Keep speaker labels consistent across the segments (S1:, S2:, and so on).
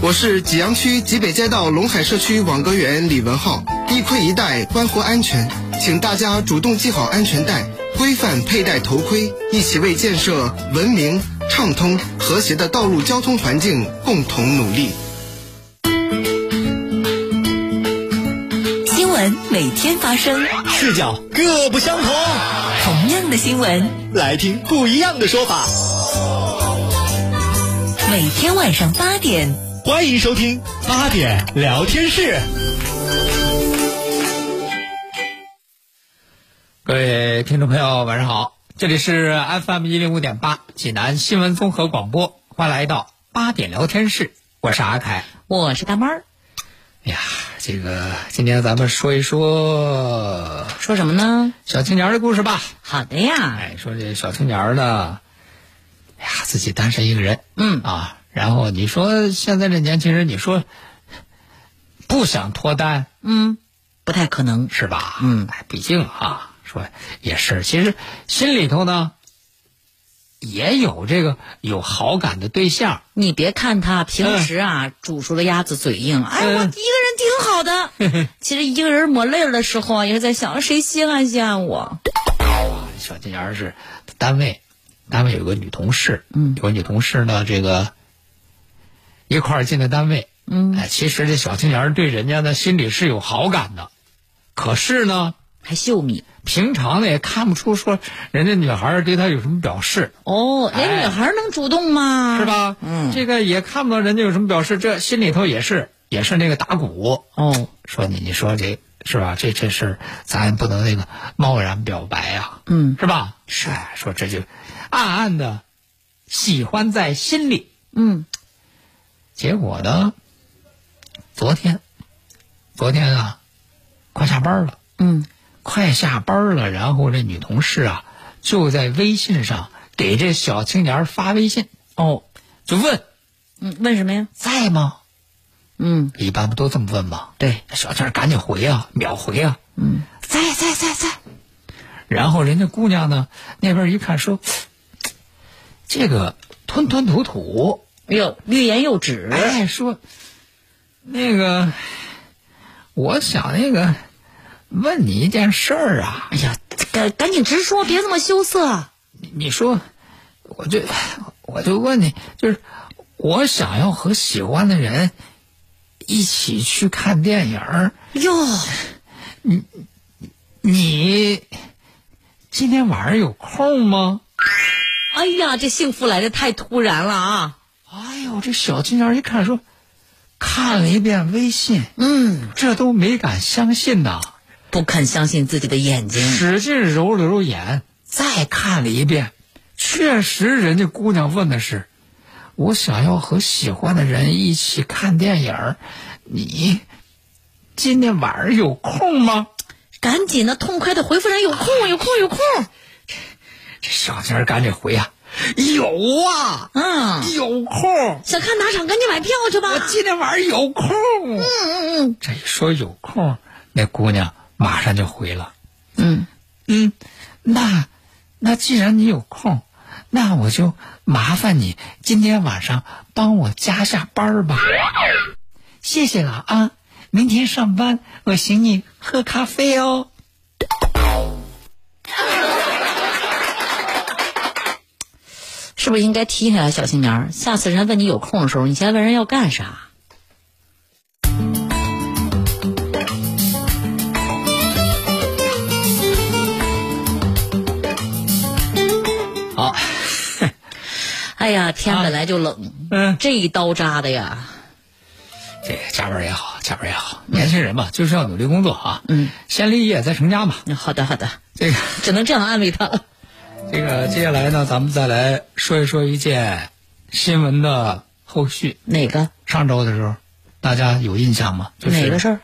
S1: 我是济阳区济北街道龙海社区网格员李文浩。一盔一带，关乎安全，请大家主动系好安全带，规范佩戴头盔，一起为建设文明、畅通、和谐的道路交通环境共同努力。
S2: 新闻每天发生，
S3: 视角各不相同，
S2: 同样的新闻，
S3: 来听不一样的说法。
S2: 每天晚上八点。
S3: 欢迎收听八点聊天室。
S4: 各位听众朋友，晚上好，这里是 FM 一零五点八济南新闻综合广播，欢迎来到八点聊天室，我是阿凯。
S2: 我是大猫儿，
S4: 哎呀，这个今天咱们说一说
S2: 说什么呢？
S4: 小青年的故事吧。
S2: 好的呀，
S4: 哎，说这小青年呢，哎呀，自己单身一个人，
S2: 嗯
S4: 啊，然后你说现在这年轻人，你说不想脱单
S2: 嗯，不太可能，
S4: 是吧？
S2: 嗯
S4: 哎，毕竟啊，说也是，其实心里头呢也有这个有好感的对象，
S2: 你别看他平时啊，煮熟了鸭子嘴硬，哎，
S4: 嗯
S2: 我一个人挺好 的。其实一个人抹泪儿的时候啊，也是在想谁稀罕稀罕啊我。
S4: 小金儿是单位，单位有个女同事，
S2: 嗯
S4: 有个女同事呢，这个一块儿进的单位，
S2: 嗯
S4: 哎，其实这小青年儿对人家呢心里是有好感的，可是呢，
S2: 还秀米
S4: 平常呢也看不出说人家女孩儿对他有什么表示，
S2: 哦，人
S4: 哎
S2: 女孩儿能主动吗？
S4: 是？吧？
S2: 嗯
S4: 这个也看不到人家有什么表示，这心里头也是也是那个打鼓，
S2: 哦，
S4: 说你你说这是吧？这这事儿咱不能那个贸然表白呀、
S2: 嗯
S4: 是吧？是、哎，说这就暗暗的喜欢在心里。
S2: 嗯，
S4: 结果呢，昨天，昨天啊，快下班了，
S2: 嗯，
S4: 快下班了，然后这女同事啊，就在微信上给这小青年发微信，
S2: 哦，
S4: 就问
S2: 嗯，问什么呀？
S4: 在吗？
S2: 嗯，
S4: 一般不都这么问吗？
S2: 对，
S4: 小倩儿赶紧回啊，秒回啊。
S2: 嗯，
S4: 在在在在。然后人家姑娘呢，那边一看说，这个吞吞吐吐，
S2: 哟，哎欲言又止。
S4: 哎，说那个，我想那个问你一件事儿啊，
S2: 哎呀，赶赶紧直说，别这么羞涩。
S4: 你你说，我就我就问你，就是我想要和喜欢的人一起去看电影儿。
S2: 哟，
S4: 你今天晚上有空吗？
S2: 哎呀，这幸福来的太突然了啊！
S4: 哎呦，这小青年一看说，看了一遍微信，
S2: 嗯，
S4: 这都没敢相信呐，
S2: 不肯相信自己的眼睛。
S4: 使劲揉了揉眼，再看了一遍，确实人家姑娘问的是，我想要和喜欢的人一起看电影儿，你今天晚上有空吗？
S2: 赶紧的，痛快的回复人有空，有空，有空。
S4: 这小青儿赶紧回呀、有啊，
S2: 嗯，
S4: 有空。
S2: 想看哪场，赶紧买票去吧
S4: 我。今天晚上有空。
S2: 嗯嗯
S4: 这一说有空，那姑娘马上就回了。
S2: 嗯
S4: 嗯，那那既然你有空，那我就麻烦你今天晚上帮我加下班儿吧。谢谢了啊，明天上班我请你喝咖啡哦。
S2: 嗯，是不是应该提醒一下小青年儿？下次人家问你有空的时候，你先问人要干啥。
S4: 好，
S2: 哎呀，天
S4: 啊
S2: 本来就冷，
S4: 嗯，
S2: 这一刀扎的呀，
S4: 这个加班也好，加班也好，年轻人嘛，就是要努力工作啊。
S2: 嗯，
S4: 先立业再成家嘛。
S2: 嗯好的好的，
S4: 这个。
S2: 只能这样安慰他了。
S4: 这个接下来呢，咱们再来说一说一件新闻的后续。
S2: 哪个？
S4: 上周的时候，大家有印象吗？就是
S2: 哪个事儿？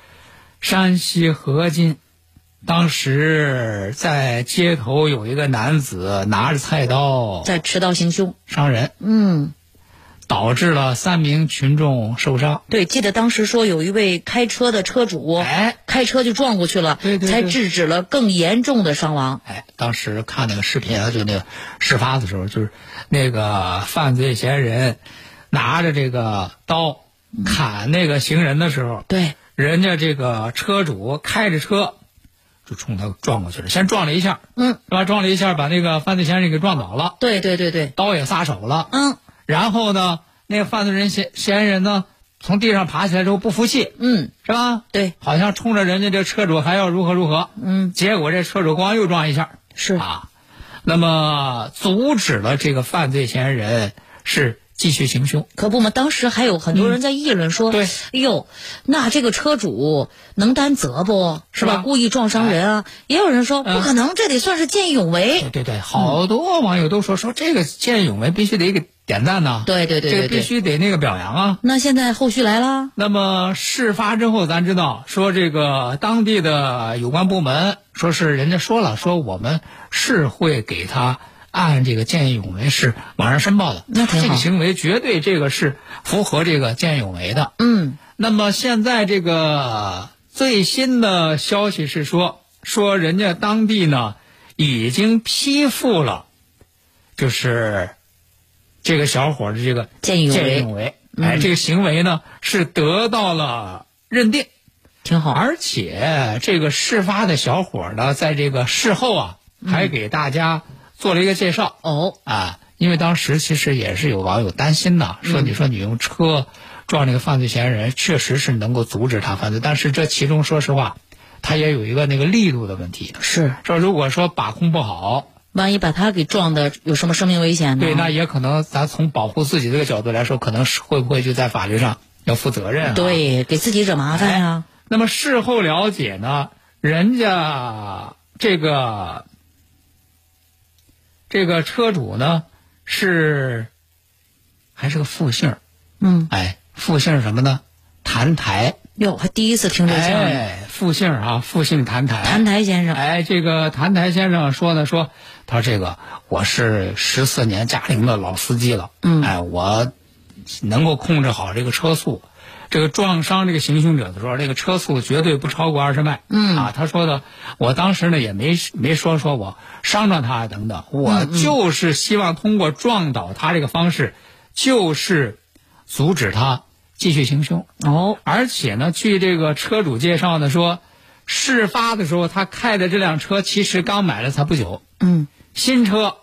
S4: 山西河津，当时在街头有一个男子拿着菜刀
S2: 在持刀行凶。
S4: 伤人，
S2: 嗯，
S4: 导致了三名群众受伤。
S2: 对，记得当时说有一位开车的车主，
S4: 哎
S2: 开车就撞过去了，
S4: 对对对
S2: 才制止了更严重的伤亡。
S4: 哎，当时看那个视频啊，就那个事发的时候，就是那个犯罪嫌疑人拿着这个刀砍那个行人的时候，
S2: 对，
S4: 人家这个车主开着车就冲他撞过去了，先撞了一下，
S2: 嗯，
S4: 是吧？撞了一下，把那个犯罪嫌疑人给撞倒了，
S2: 对对对对，
S4: 刀也撒手了。
S2: 嗯
S4: 然后呢，那个犯罪人嫌嫌疑人呢，从地上爬起来之后不服气，
S2: 嗯，
S4: 是吧？
S2: 对，
S4: 好像冲着人家这车主还要如何如何，
S2: 嗯，
S4: 结果这车主咣又撞一下，
S2: 是
S4: 啊，那么阻止了这个犯罪嫌疑人是继续行凶，
S2: 可不嘛，当时还有很多人在议论说，
S4: 嗯对
S2: 哎呦，那这个车主能担责不？是
S4: 是吧
S2: 吧？故意撞伤人啊？也有人说
S4: 嗯
S2: 不可能，这得算是见义勇为
S4: 对。对对，
S2: 嗯
S4: 好多网友都说说这个见义勇为必须得给点赞呐、
S2: 对对对
S4: 这个
S2: 对
S4: 必
S2: 对。
S4: 须得那个表扬啊。
S2: 那现在后续来了，
S4: 那么事发之后，咱知道说这个当地的有关部门说是人家说了，说我们是会给他按这个见义勇为是网上申报的，
S2: 那挺好
S4: 这个行为绝对这个是符合这个见义勇为的。
S2: 嗯，
S4: 那么现在这个最新的消息是说，说人家当地呢已经批复了，就是这个小伙儿的这个
S2: 见义勇
S4: 见义
S2: 为
S4: 勇为，哎，这个行为呢是得到了认定，
S2: 挺好。
S4: 而且这个事发的小伙儿呢，在这个事后啊还给大家做了一个介绍，
S2: 哦，
S4: 啊，因为当时其实也是有网友担心呐，说你说你用车撞这个犯罪嫌疑人，确实是能够阻止他犯罪，但是这其中说实话，他也有一个那个力度的问题。
S2: 是，
S4: 说如果说把控不好，
S2: 万一把他给撞的有什么生命危险呢？
S4: 对，那也可能咱从保护自己这个角度来说，可能是会不会就在法律上要负责任、啊？。
S2: 对给自己惹麻烦呀、
S4: 那么事后了解呢，人家这个这个车主呢是还是个复姓儿，
S2: 嗯，
S4: 哎，复姓什么呢？谭台，
S2: 哟，还第一次听这姓儿呢，
S4: 哎，复姓啊，复姓谭台。
S2: 谭台先生。
S4: 哎，这个谭台先生说呢，说他说这个我是十四年驾龄的老司机了，
S2: 嗯
S4: 哎，我能够控制好这个车速，这个撞伤这个行凶者的时候，这个车速绝对不超过二十迈，嗯啊，他说的，我当时呢也没没说说我伤着他等等，我就是希望通过撞倒他这个方式，就是阻止他继续行凶，
S2: 哦，
S4: 而且呢，据这个车主介绍呢说，事发的时候他开的这辆车其实刚买了才不久，
S2: 嗯
S4: 新车，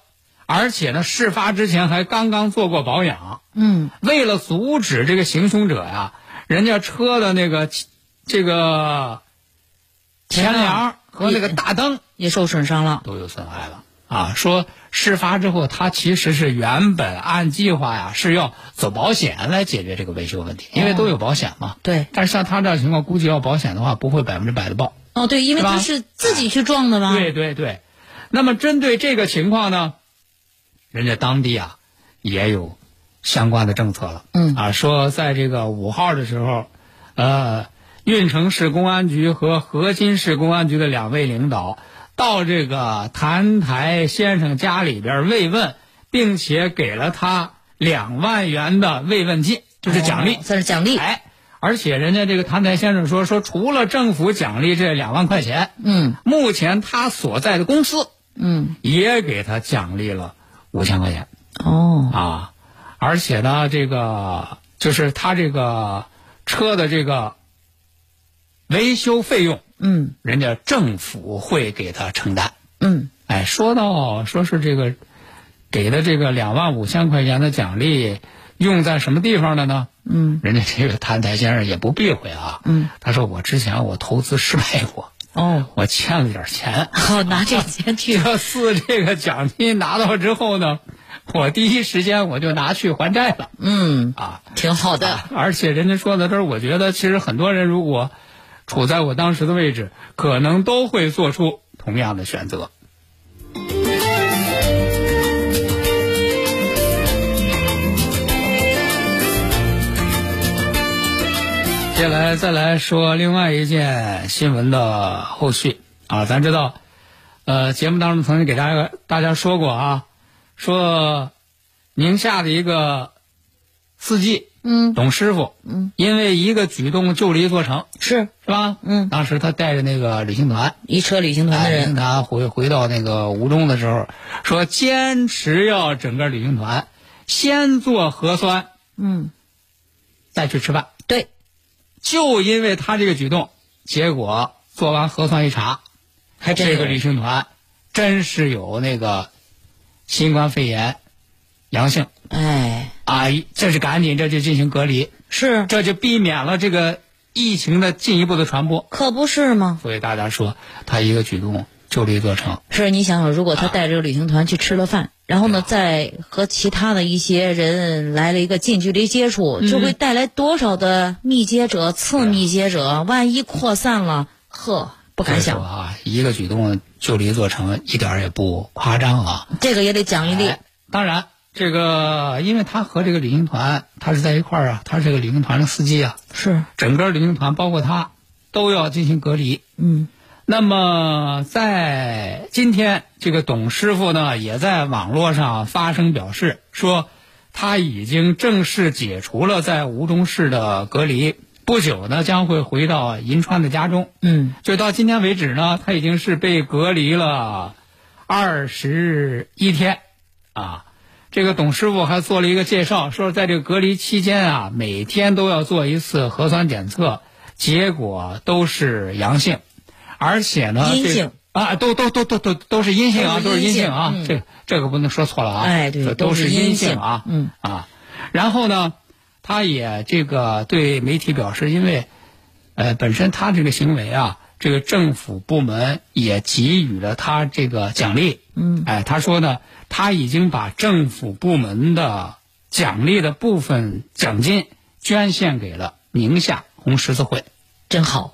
S4: 而且呢，事发之前还刚刚做过保养。
S2: 嗯，
S4: 为了阻止这个行凶者呀、人家车的那个这个前梁嗯和那个大灯
S2: 也受损伤了。
S4: 都有损害了啊。说事发之后，他其实是原本按计划呀是要走保险来解决这个维修问题，因为都有保险嘛。
S2: 对，
S4: 但是像他这样情况，估计要保险的话，不会百分之百的报。
S2: 哦对，因为
S4: 是吧
S2: 他是自己去撞的嘛。
S4: 对对对，那么针对这个情况呢，人家当地啊也有相关的政策了。
S2: 嗯
S4: 啊，说在这个五号的时候，呃，运城市公安局和河津市公安局的两位领导到这个谭台先生家里边慰问，并且给了他两万元的慰问金，就是奖励。
S2: 哦算是奖励。
S4: 哎，而且人家这个谭台先生说，说除了政府奖励这两万块钱，
S2: 嗯
S4: 目前他所在的公司
S2: 嗯，
S4: 也给他奖励了五千块钱
S2: 哦，
S4: 啊，而且呢，这个就是他这个车的这个维修费用，
S2: 嗯
S4: 人家政府会给他承担。
S2: 嗯，
S4: 哎，说到说是这个给的这个两万五千块钱的奖励用在什么地方了呢？
S2: 嗯，
S4: 人家这个谭台先生也不避讳啊。
S2: 嗯，
S4: 他说我之前我投资失败过，
S2: 哦，
S4: 我欠了点钱。
S2: 好，拿这钱去。
S4: 这次这个奖金拿到之后呢，我第一时间我就拿去还债了
S2: 嗯，
S4: 啊。
S2: 挺好的。
S4: 而且人家说到这儿，我觉得其实很多人如果处在我当时的位置，可能都会做出同样的选择。接下来再来说另外一件新闻的后续啊，咱知道，呃，节目当中曾经给大家大家说过啊，说宁夏的一个司机
S2: 嗯，
S4: 董师傅，嗯，因为一个举动救了一座城，
S2: 是
S4: 是吧？
S2: 嗯
S4: 当时他带着那个旅行团，
S2: 一车旅行团的
S4: 旅行
S2: 人，
S4: 团回回到那个吴中的时候，说坚持要整个旅行团先做核酸，
S2: 嗯，
S4: 再去吃饭。
S2: 对，
S4: 就因为他这个举动，结果做完核酸一查，
S2: 还真
S4: 这个
S2: 有
S4: 旅行团真是有那个新冠肺炎阳性
S2: 哎，
S4: 啊！这是赶紧这就进行隔离，
S2: 是，
S4: 这就避免了这个疫情的进一步的传播。
S2: 可不是吗？
S4: 所以大家说他一个举动救了一座城，
S2: 是你想想，如果他带着旅行团去吃了饭，然后
S4: 啊
S2: 呢，再和其他的一些人来了一个近距离接
S4: 嗯
S2: 触，就会带来多少的密接者、次密接者？万一扩散了，呵，不敢
S4: 啊所以说
S2: 想，
S4: 啊！一个举动救了一座城，一点儿也不夸张啊！
S2: 这个也得奖励励
S4: 哎。当然，这个因为他和这个旅行团他是在一块儿啊，他是这个旅行团的司机啊，
S2: 是，
S4: 整个旅行团包括他都要进行隔离。
S2: 嗯，
S4: 那么在今天，这个董师傅呢也在网络上发声表示说，他已经正式解除了在吴中市的隔离，不久呢将会回到银川的家中。
S2: 嗯，
S4: 就到今天为止呢，他已经是被隔离了二十一天啊。这个董师傅还做了一个介绍，说在这个隔离期间啊，每天都要做一次核酸检测，结果都是阳性，而且呢，
S2: 阴
S4: 这
S2: 性
S4: 啊，都都都都都都是阴性啊，
S2: 都
S4: 都
S2: 是
S4: 是
S2: 阴
S4: 阴
S2: 性
S4: 性啊，
S2: 嗯
S4: 这个这个不能说错了啊，
S2: 哎对
S4: 这
S2: 都
S4: 都是
S2: 是阴
S4: 阴
S2: 性
S4: 性啊，
S2: 嗯
S4: 啊，然后呢，他也这个对媒体表示，因为呃，本身他这个行为啊，这个政府部门也给予了他这个奖励。嗯，哎，他说呢，他已经把政府部门的奖励的部分奖金捐献给了宁夏红十字会。
S2: 真好。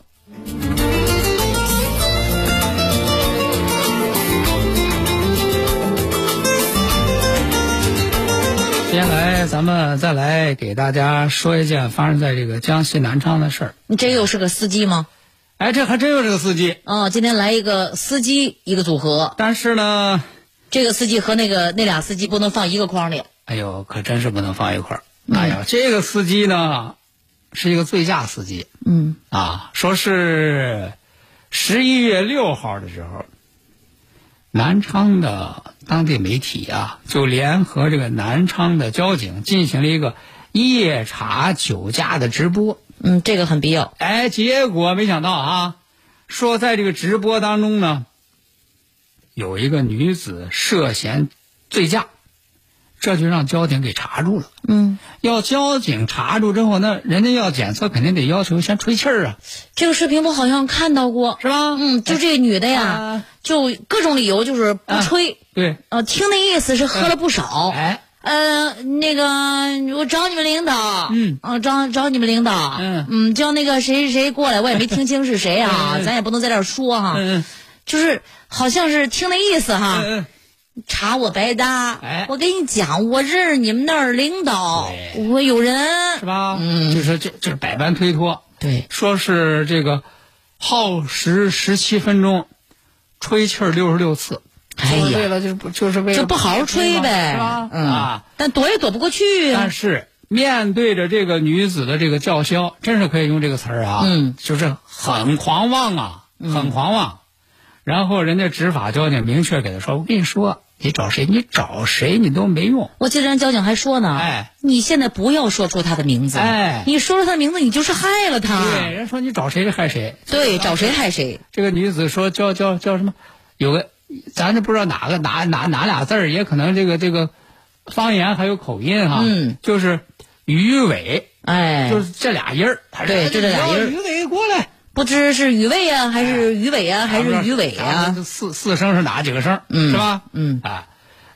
S4: 接下来咱们再来给大家说一件发生在这个江西南昌的事儿。
S2: 你这又是个司机吗？
S4: 哎，这还真有这个司机，
S2: 哦，今天来一个司机一个组合，
S4: 但是呢，
S2: 这个司机和那个那俩司机不能放一个筐里。
S4: 哎呦，可真是不能放一块儿。哎呀，这个司机呢，是一个醉驾司机。
S2: 嗯，
S4: 啊，说是十一月六号的时候，南昌的当地媒体啊，就联合这个南昌的交警进行了一个夜查酒驾的直播。
S2: 嗯，这个很必要。
S4: 哎，结果没想到啊，说在这个直播当中呢，有一个女子涉嫌醉驾，这就让交警给查住了。
S2: 嗯，
S4: 要交警查住之后，那人家要检测，肯定得要求先吹气儿啊。
S2: 这个视频我好像看到过，
S4: 是吧
S2: 嗯，就这女的呀，
S4: 啊
S2: 就各种理由就是不吹，
S4: 对，
S2: 呃，听那意思是喝了不少。
S4: 哎，
S2: 呃，那个，我找你们领导，
S4: 嗯
S2: 啊，找找你们领导，
S4: 嗯
S2: 嗯，叫那个谁谁谁过来，我也没听清是谁啊，
S4: 嗯嗯
S2: 咱也不能在这儿说哈，
S4: 嗯
S2: 就是好像是听那意思哈，
S4: 嗯
S2: 查我白搭，
S4: 哎
S2: 我跟你讲，我认识你们那儿领导，
S4: 对
S2: 我有
S4: 是
S2: 人，
S4: 吧？嗯，就是这这百般推脱，
S2: 对，
S4: 说是这个耗时十七分钟，吹气儿六十六次，
S2: 哎
S4: 就是为
S2: 呀，
S4: 了就是不就是为了
S2: 就不好好吹呗，
S4: 是吧？
S2: 嗯，
S4: 啊，
S2: 但躲也躲不过去啊
S4: 但，是面对着这个女子的这个叫嚣，真是可以用这个词儿啊，
S2: 嗯，
S4: 就是很狂妄啊，很狂妄。然后人家执法交警明确给他说：“我跟你说，你找谁，你找谁你都没用。
S2: 我记得人交警还说呢，
S4: 哎，
S2: 你现在不要说出他的名字，
S4: 哎
S2: 你说出他的名字，你就是害了他，
S4: 对，人家说你找谁就害谁。
S2: 对，找谁害谁，
S4: 这个女子说叫叫叫什么？有个，咱就不知道哪个哪哪哪俩字儿，也可能这个这个方言还有口音哈。
S2: 嗯，
S4: 就是鱼尾，
S2: 哎，
S4: 就是这俩音儿。
S2: 对就这俩音儿
S4: 鱼尾过来，
S2: 不知是鱼尾啊，还是鱼尾啊，还是鱼尾
S4: 咱
S2: 啊
S4: 们，四四声是哪几个声？
S2: 嗯
S4: 是吧？
S2: 嗯
S4: 啊，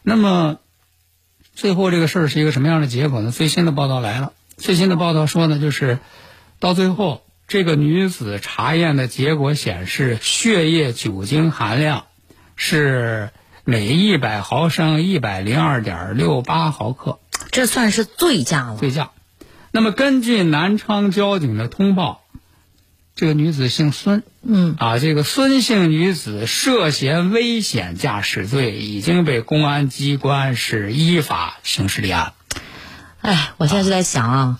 S4: 那么最后这个事儿是一个什么样的结果呢？最新的报道来了，最新的报道说呢，就是到最后，这个女子查验的结果显示，血液酒精含量是每一百毫升一百零二点六八毫克，
S2: 这算是醉驾了，
S4: 醉驾。那么根据南昌交警的通报，这个女子姓孙，
S2: 嗯
S4: 啊，这个孙姓女子涉嫌危险驾驶罪，已经被公安机关是依法刑事立案。
S2: 哎，我现在就在想啊，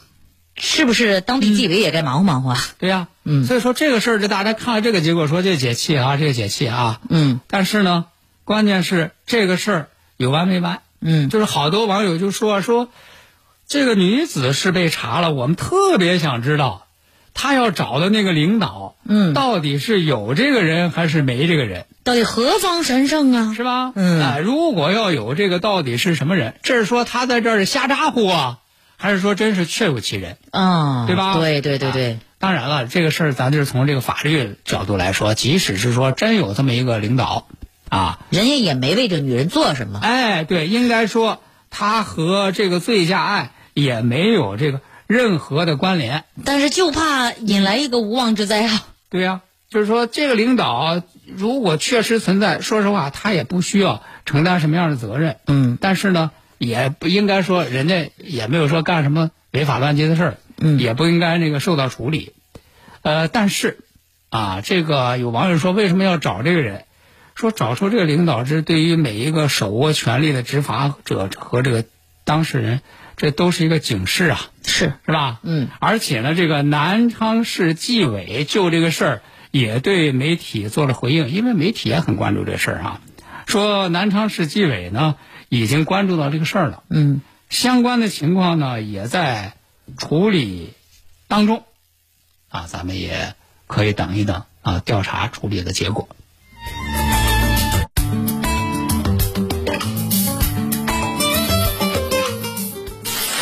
S2: 是不是当地纪委也该忙活忙活啊？
S4: 对呀、嗯，所以说这个事儿，这大家看了这个结果说这解气啊，这个解气啊，
S2: 嗯
S4: 但是呢，关键是这个事儿有完没完？
S2: 嗯
S4: 就是好多网友就说说，这个女子是被查了，我们特别想知道，她要找的那个领导，
S2: 嗯，
S4: 到底是有这个人还是没这个人，
S2: 到底何方神圣啊？
S4: 是吧？
S2: 嗯
S4: 哎如果要有这个，到底是什么人？这是说他在这儿瞎咋呼啊，还是说真是确有其人？
S2: 啊，
S4: 对吧啊
S2: 对对对对，
S4: 当然了，这个事儿咱就是从这个法律角度来说，即使是说真有这么一个领导啊，
S2: 人家也没为这女人做什么。
S4: 哎，对，应该说他和这个醉驾案也没有这个任何的关联。
S2: 但是就怕引来一个无妄之灾啊！
S4: 对呀、就是说这个领导如果确实存在，说实话，他也不需要承担什么样的责任。
S2: 嗯，
S4: 但是呢，也不应该说人家也没有说干什么违法乱纪的事儿，
S2: 嗯
S4: 也不应该那个受到处理。呃，但是啊，这个有网友说，为什么要找这个人？说找出这个领导，这对于每一个手握权力的执法者和这个当事人，这都是一个警示啊。
S2: 是，
S4: 是吧？
S2: 嗯，
S4: 而且呢，这个南昌市纪委就这个事儿也对媒体做了回应，因为媒体也很关注这事儿啊，说南昌市纪委呢已经关注到这个事儿了，
S2: 嗯
S4: 相关的情况呢也在处理当中，啊，咱们也可以等一等啊，调查处理的结果。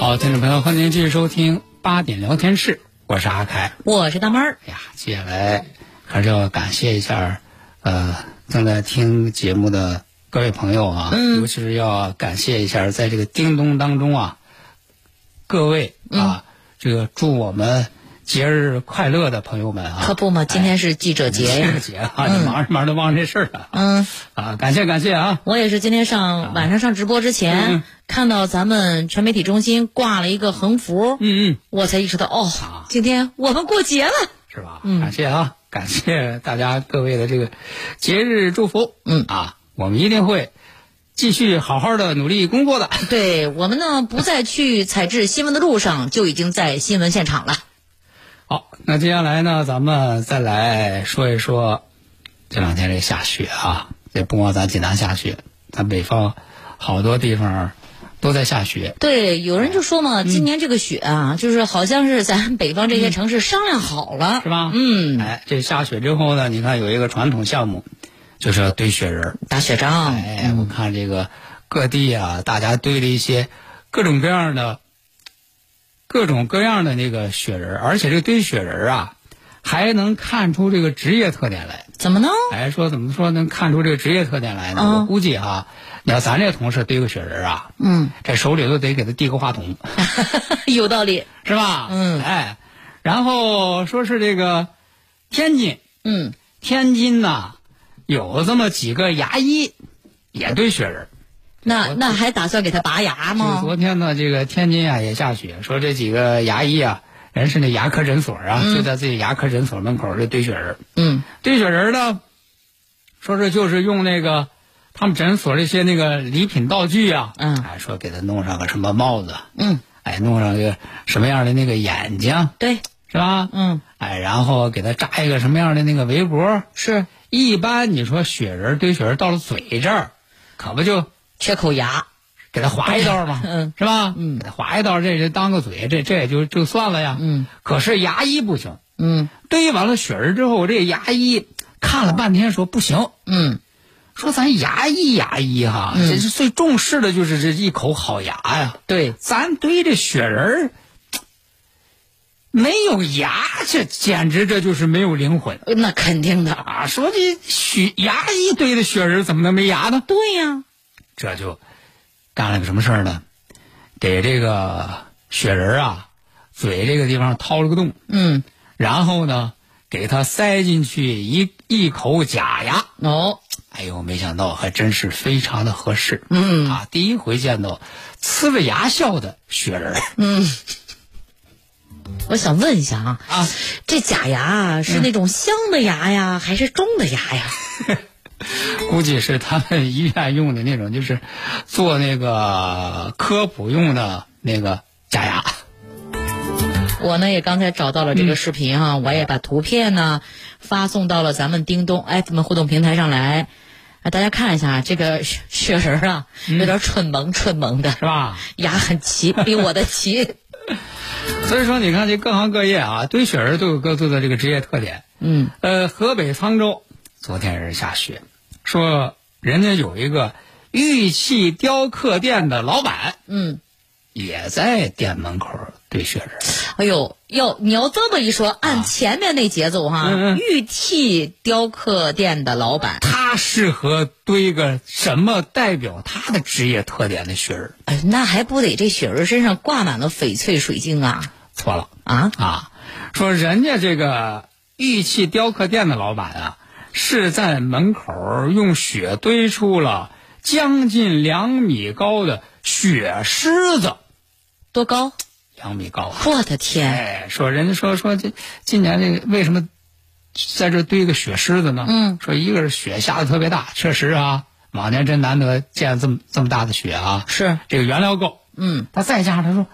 S4: 好，听众朋友，欢迎您继续收听八点聊天室，我是阿凯。
S2: 我是大妹儿。
S4: 哎呀，接下来还是要感谢一下，呃，正在听节目的各位朋友啊，
S2: 嗯
S4: 尤其是要感谢一下，在这个叮咚当中啊，各位
S2: 嗯
S4: 啊，这个祝我们节日快乐的朋友们啊，
S2: 可不嗯嘛，今天是记者节
S4: 这
S2: 呀。
S4: 个节啊，你忙着忙着忘这事儿了
S2: 嗯，
S4: 啊，感谢感谢啊，
S2: 我也是今天上晚上上直播之前，
S4: 嗯
S2: 看到咱们全媒体中心挂了一个横幅，
S4: 嗯嗯，
S2: 我才意识到哦
S4: 啊，
S2: 今天我们过节了。
S4: 是吧？
S2: 嗯
S4: 感谢啊，感谢大家各位的这个节日祝福，
S2: 嗯
S4: 啊，我们一定会继续好好的努力工作的。
S2: 对我们呢，不再去采制新闻的路上，就已经在新闻现场了。
S4: 好，那接下来呢，咱们再来说一说这两天这下雪啊，这不光咱济南下雪，咱北方好多地方都在下雪。
S2: 对，有人就说嘛，
S4: 嗯
S2: 今年这个雪啊，就是好像是咱北方这些城市商量好了，
S4: 是吧
S2: 嗯，
S4: 哎，这下雪之后呢，你看有一个传统项目，就是要堆雪人儿。
S2: 打雪仗，
S4: 哎，我看这个各地啊，大家堆了一些各种各样的、各种各样的那个雪人儿，而且这个堆雪人儿啊，还能看出这个职业特点来。
S2: 怎么呢？
S4: 哎，说怎么说能看出这个职业特点来呢？
S2: 嗯
S4: 我估计哈、你要咱这同事堆个雪人啊，
S2: 嗯，
S4: 这手里都得给他递个话筒，
S2: 有道理，
S4: 是吧？
S2: 嗯
S4: 哎，然后说是这个天津，
S2: 嗯，
S4: 天津呐、有这么几个牙医也堆雪人。
S2: 那那还打算给他拔牙
S4: 就是
S2: 吗？
S4: 昨天呢，这个天津啊也下雪，说这几个牙医啊，人是那牙科诊所啊，就在自己牙科诊所门口就堆雪人。
S2: 嗯，
S4: 堆雪人呢，说是就是用那个他们诊所这些那个礼品道具啊，
S2: 嗯
S4: 哎，说给他弄上个什么帽子，
S2: 嗯，
S4: 哎，弄上个什么样的那个眼睛，
S2: 对，
S4: 是吧？
S2: 嗯，
S4: 哎，然后给他扎一个什么样的那个围脖。
S2: 是
S4: 一般你说雪人堆雪人到了嘴这儿，可不就
S2: 缺口牙，
S4: 给他划一刀嘛，
S2: 嗯
S4: 是吧？嗯，给他划一刀，这人当个嘴，这这也就就算了呀。
S2: 嗯，
S4: 可是牙医不行，
S2: 嗯
S4: 堆完了雪人之后，这牙医看了半天说不行，
S2: 嗯，
S4: 说咱牙医牙医哈，这是最重视的就是这一口好牙呀。
S2: 对，
S4: 咱堆这雪人儿，没有牙，这简直这就是没有灵魂
S2: 呃那肯定的。
S4: 啊！说这血牙一堆的雪人怎么能没牙呢？
S2: 对呀、
S4: 这就干了个什么事儿呢？给这个雪人啊，嘴这个地方掏了个洞，
S2: 嗯，
S4: 然后呢，给他塞进去一一口假牙。
S2: 哦，
S4: 哎呦，没想到还真是非常的合适。嗯啊，第一回见到呲着牙笑的雪人儿
S2: 我想问一下啊，
S4: 啊，
S2: 这假牙啊是那种镶的牙呀，还是种的牙呀？
S4: 估计是他们医院用的那种，就是做那个科普用的那个假牙。
S2: 我呢也刚才找到了这个视频哈、我也把图片呢发送到了咱们叮咚 FM 互动平台上来，啊，大家看一下这个雪雪人儿啊，有点蠢萌蠢萌的，
S4: 是吧？
S2: 牙很齐，比我的齐。
S4: 所以说，你看这各行各业啊，堆雪人都有各自的这个职业特点。
S2: 嗯，
S4: 呃，河北沧州昨天是下雪，说人家有一个玉器雕刻店的老板，
S2: 嗯，
S4: 也在店门口堆雪人。
S2: 哎呦，要你要这么一说，按前面那节奏哈、
S4: 啊嗯嗯
S2: 玉器雕刻店的老板，
S4: 他适合堆个什么代表他的职业特点的雪人？
S2: 哎，那还不得这雪人身上挂满了翡翠水晶啊
S4: 错了。
S2: 啊！
S4: 啊，说人家这个玉器雕刻店的老板啊，是在门口用雪堆出了将近两米高的雪狮子，
S2: 多高？
S4: 两米高啊！
S2: 我的天！
S4: 哎，说人家说说这今年这个为什么在这堆个雪狮子呢？
S2: 嗯，
S4: 说一个是雪下的特别大，确实啊，往年真难得见这么这么大的雪啊。
S2: 是，
S4: 这个原料够，
S2: 嗯，
S4: 他再加上他说，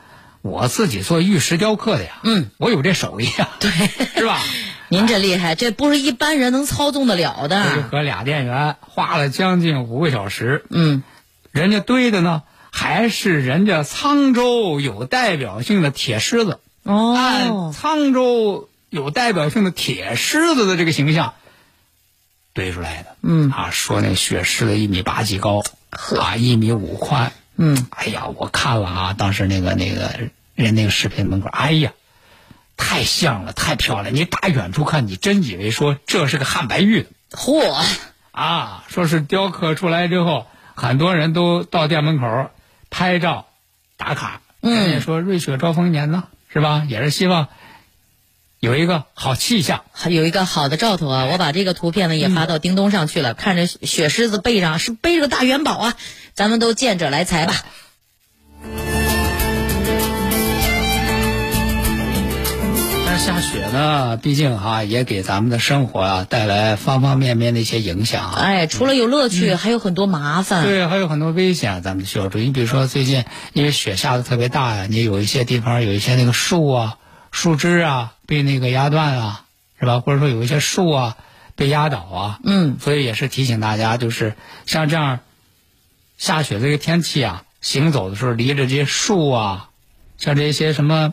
S4: 我自己做玉石雕刻的呀，
S2: 嗯，
S4: 我有这手艺啊，对， 是吧？
S2: 您这厉害，这不是一般人能操纵得了
S4: 我就
S2: 的。
S4: 和俩店员花了将近五个小时，
S2: 嗯，
S4: 人家堆的呢还是人家沧州有代表性的铁狮子，按
S2: 哦，
S4: 沧州有代表性的铁狮子的这个形象堆出来的。
S2: 嗯
S4: 啊，说那雪狮子一米八几高，
S2: 呵
S4: 啊一米五宽，
S2: 嗯，
S4: 哎呀，我看了啊，当时那个那个人那个视频门口，哎呀。太像了，太漂亮！你打远处看，你真以为说这是个汉白玉呢
S2: 嚯，
S4: 啊，说是雕刻出来之后，很多人都到店门口拍照打卡。
S2: 嗯
S4: 人家说瑞雪兆丰年呢，是吧？也是希望有一个好气象。
S2: 还有一个好的兆头啊！我把这个图片呢也发到叮咚上去了，看着雪狮子背上是背着个大元宝啊，咱们都见者来财吧。
S4: 但是下雪呢，毕竟哈、也给咱们的生活啊带来方方面面的一些影响啊。
S2: 哎，除了有乐趣，还有很多麻烦。
S4: 嗯对，还有很多危险，啊咱们需要注意。你比如说，最近因为雪下的特别大呀，你有一些地方有一些那个树啊、树枝啊被那个压断啊，是吧？或者说有一些树啊被压倒啊，
S2: 嗯，
S4: 所以也是提醒大家，就是像这样下雪这个天气啊，行走的时候离着这些树啊，像这些什么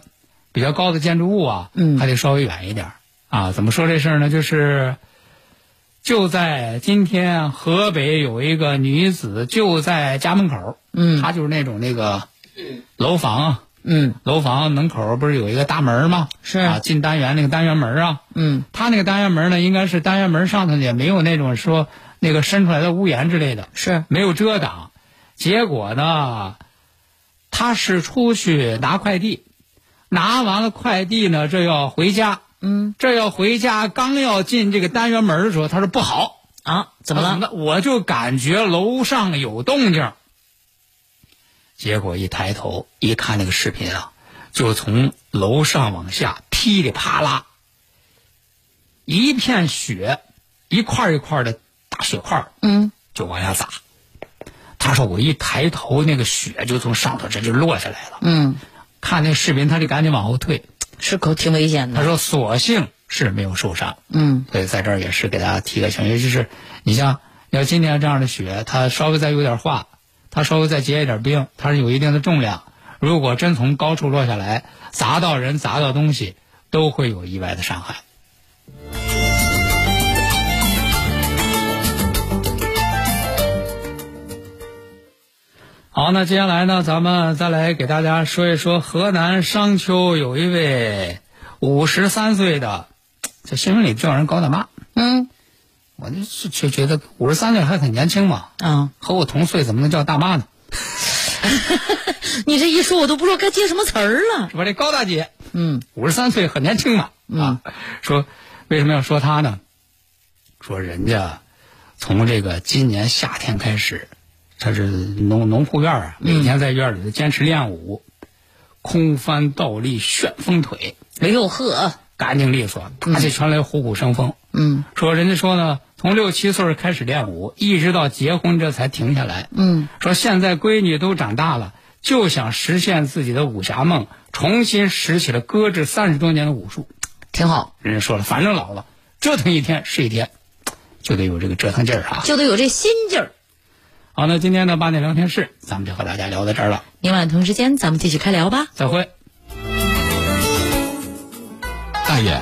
S4: 比较高的建筑物啊，
S2: 嗯
S4: 还得稍微远一点儿啊。怎么说这事儿呢？就是就在今天，河北有一个女子就在家门口，
S2: 嗯
S4: 她就是那种那个楼房啊
S2: 嗯
S4: 楼房门口不是有一个大门吗？
S2: 是
S4: 啊，进单元那个单元门啊，
S2: 嗯，
S4: 他那个单元门呢，应该是单元门上头也没有那种说那个伸出来的屋檐之类的，
S2: 是
S4: 没有遮挡。结果呢，他是出去拿快递，拿完了快递呢，这要回家，
S2: 嗯
S4: 这要回家，刚要进这个单元门的时候，他说不好，
S2: 啊，怎么了？
S4: 了？我就感觉楼上有动静儿。结果一抬头一看那个视频啊，就从楼上往下噼里啪啦，一片雪，一块儿一块儿的大雪块儿
S2: 嗯，
S4: 就往下砸。他说我一抬头，那个雪就从上头这就落下来了。
S2: 嗯，
S4: 看那视频，他就赶紧往后退。
S2: 是可挺危险
S4: 他
S2: 的。
S4: 说所幸是没有受伤。
S2: 嗯
S4: 所以在这儿也是给大家提个醒，尤其是你像要今天这样的雪，它稍微再有点化，它稍微再结一点冰，它是有一定的重量。如果真从高处落下来，砸到人、砸到东西，都会有意外的伤害。好，那接下来呢，咱们再来给大家说一说河南商丘有一位五十三岁的这新闻里就有人搞大妈，
S2: 嗯
S4: 我就是就觉得五十三岁还很年轻嘛，
S2: 啊，
S4: 和我同岁怎么能叫大妈呢？
S2: 你这一说，我都不知道该接什么词儿了。
S4: 我这高大姐
S2: 嗯
S4: 五十三岁很年轻嘛，啊，说为什么要说她呢？说人家从这个今年夏天开始，她是农农护院啊，每天在院里头坚持练武，空翻倒立旋风腿，
S2: 哎呦呵，
S4: 干净利索，打起拳来虎虎生风。
S2: 嗯
S4: 说人家说呢，从六七岁开始练武，一直到结婚这才停下来。
S2: 嗯，
S4: 说现在闺女都长大了，就想实现自己的武侠梦，重新拾起了搁置三十多年的武术。
S2: 挺好，
S4: 人家说了，反正老了，折腾一天是一天，就得有这个折腾劲儿啊。
S2: 就得有这心劲儿。
S4: 好，那今天的八点聊天室，咱们就和大家聊到这儿了，
S2: 明晚同时间咱们继续开聊吧。
S4: 再会。
S3: 大爷，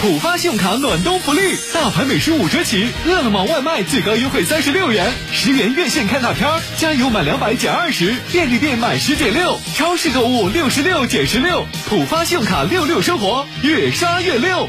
S3: 浦发信用卡暖冬福利，大牌美食五折起，饿了么外卖最高优惠三十六元，十元院线看大片儿，加油满两百减二十，便利店满十减六，超市购物六十六减十六，浦发信用卡六六生活，越刷越溜。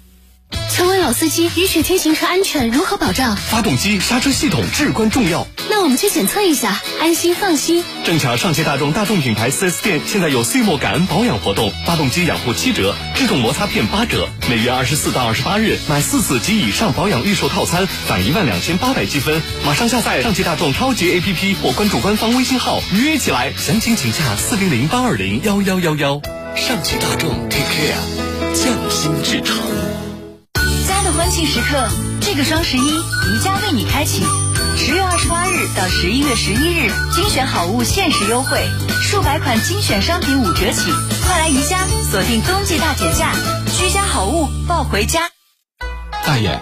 S5: 成为老司机，雨雪天行车安全如何保障？
S3: 发动机、刹车系统至关重要。
S5: 那我们去检测一下，安心放心。
S3: 正巧上汽大众大众品牌 4S 店现在有岁末感恩保养活动，发动机养护七折，制动摩擦片八折。每月二十四到二十八日买四次及以上保养预售套餐，返一万两千八百积分。马上下载上汽大众超级 APP 或关注官方微信号预约起来。详情请洽四零零八二零幺幺幺幺。上汽大众 Take Care，匠心制成。
S6: 家的欢庆时刻，这个双十一，宜家为你开启。十月二十八日到十一月十一日，精选好物限时优惠，数百款精选商品五折起，快来宜家锁定冬季大减价，居家好物抱回家。
S3: 大爷，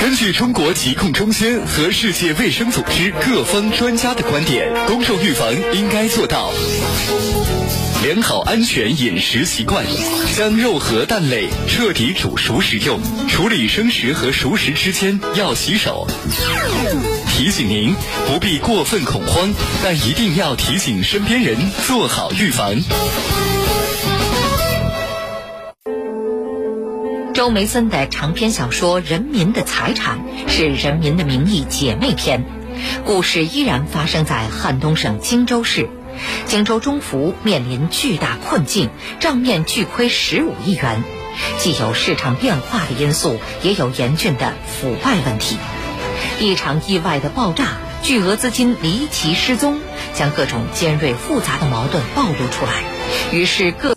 S3: 根据中国疾控中心和世界卫生组织各方专家的观点，公众预防应该做到良好安全饮食习惯，将肉和蛋类彻底煮熟食用，处理生食和熟食之间要洗手。提醒您不必过分恐慌，但一定要提醒身边人做好预防。
S6: 周梅森的长篇小说《人民的财产》是《人民的名义》姐妹篇，故事依然发生在汉东省荆州市。荆州中福面临巨大困境，账面巨亏十五亿元，既有市场变化的因素，也有严峻的腐败问题。一场意外的爆炸，巨额资金离奇失踪，将各种尖锐复杂的矛盾暴露出来，于是各。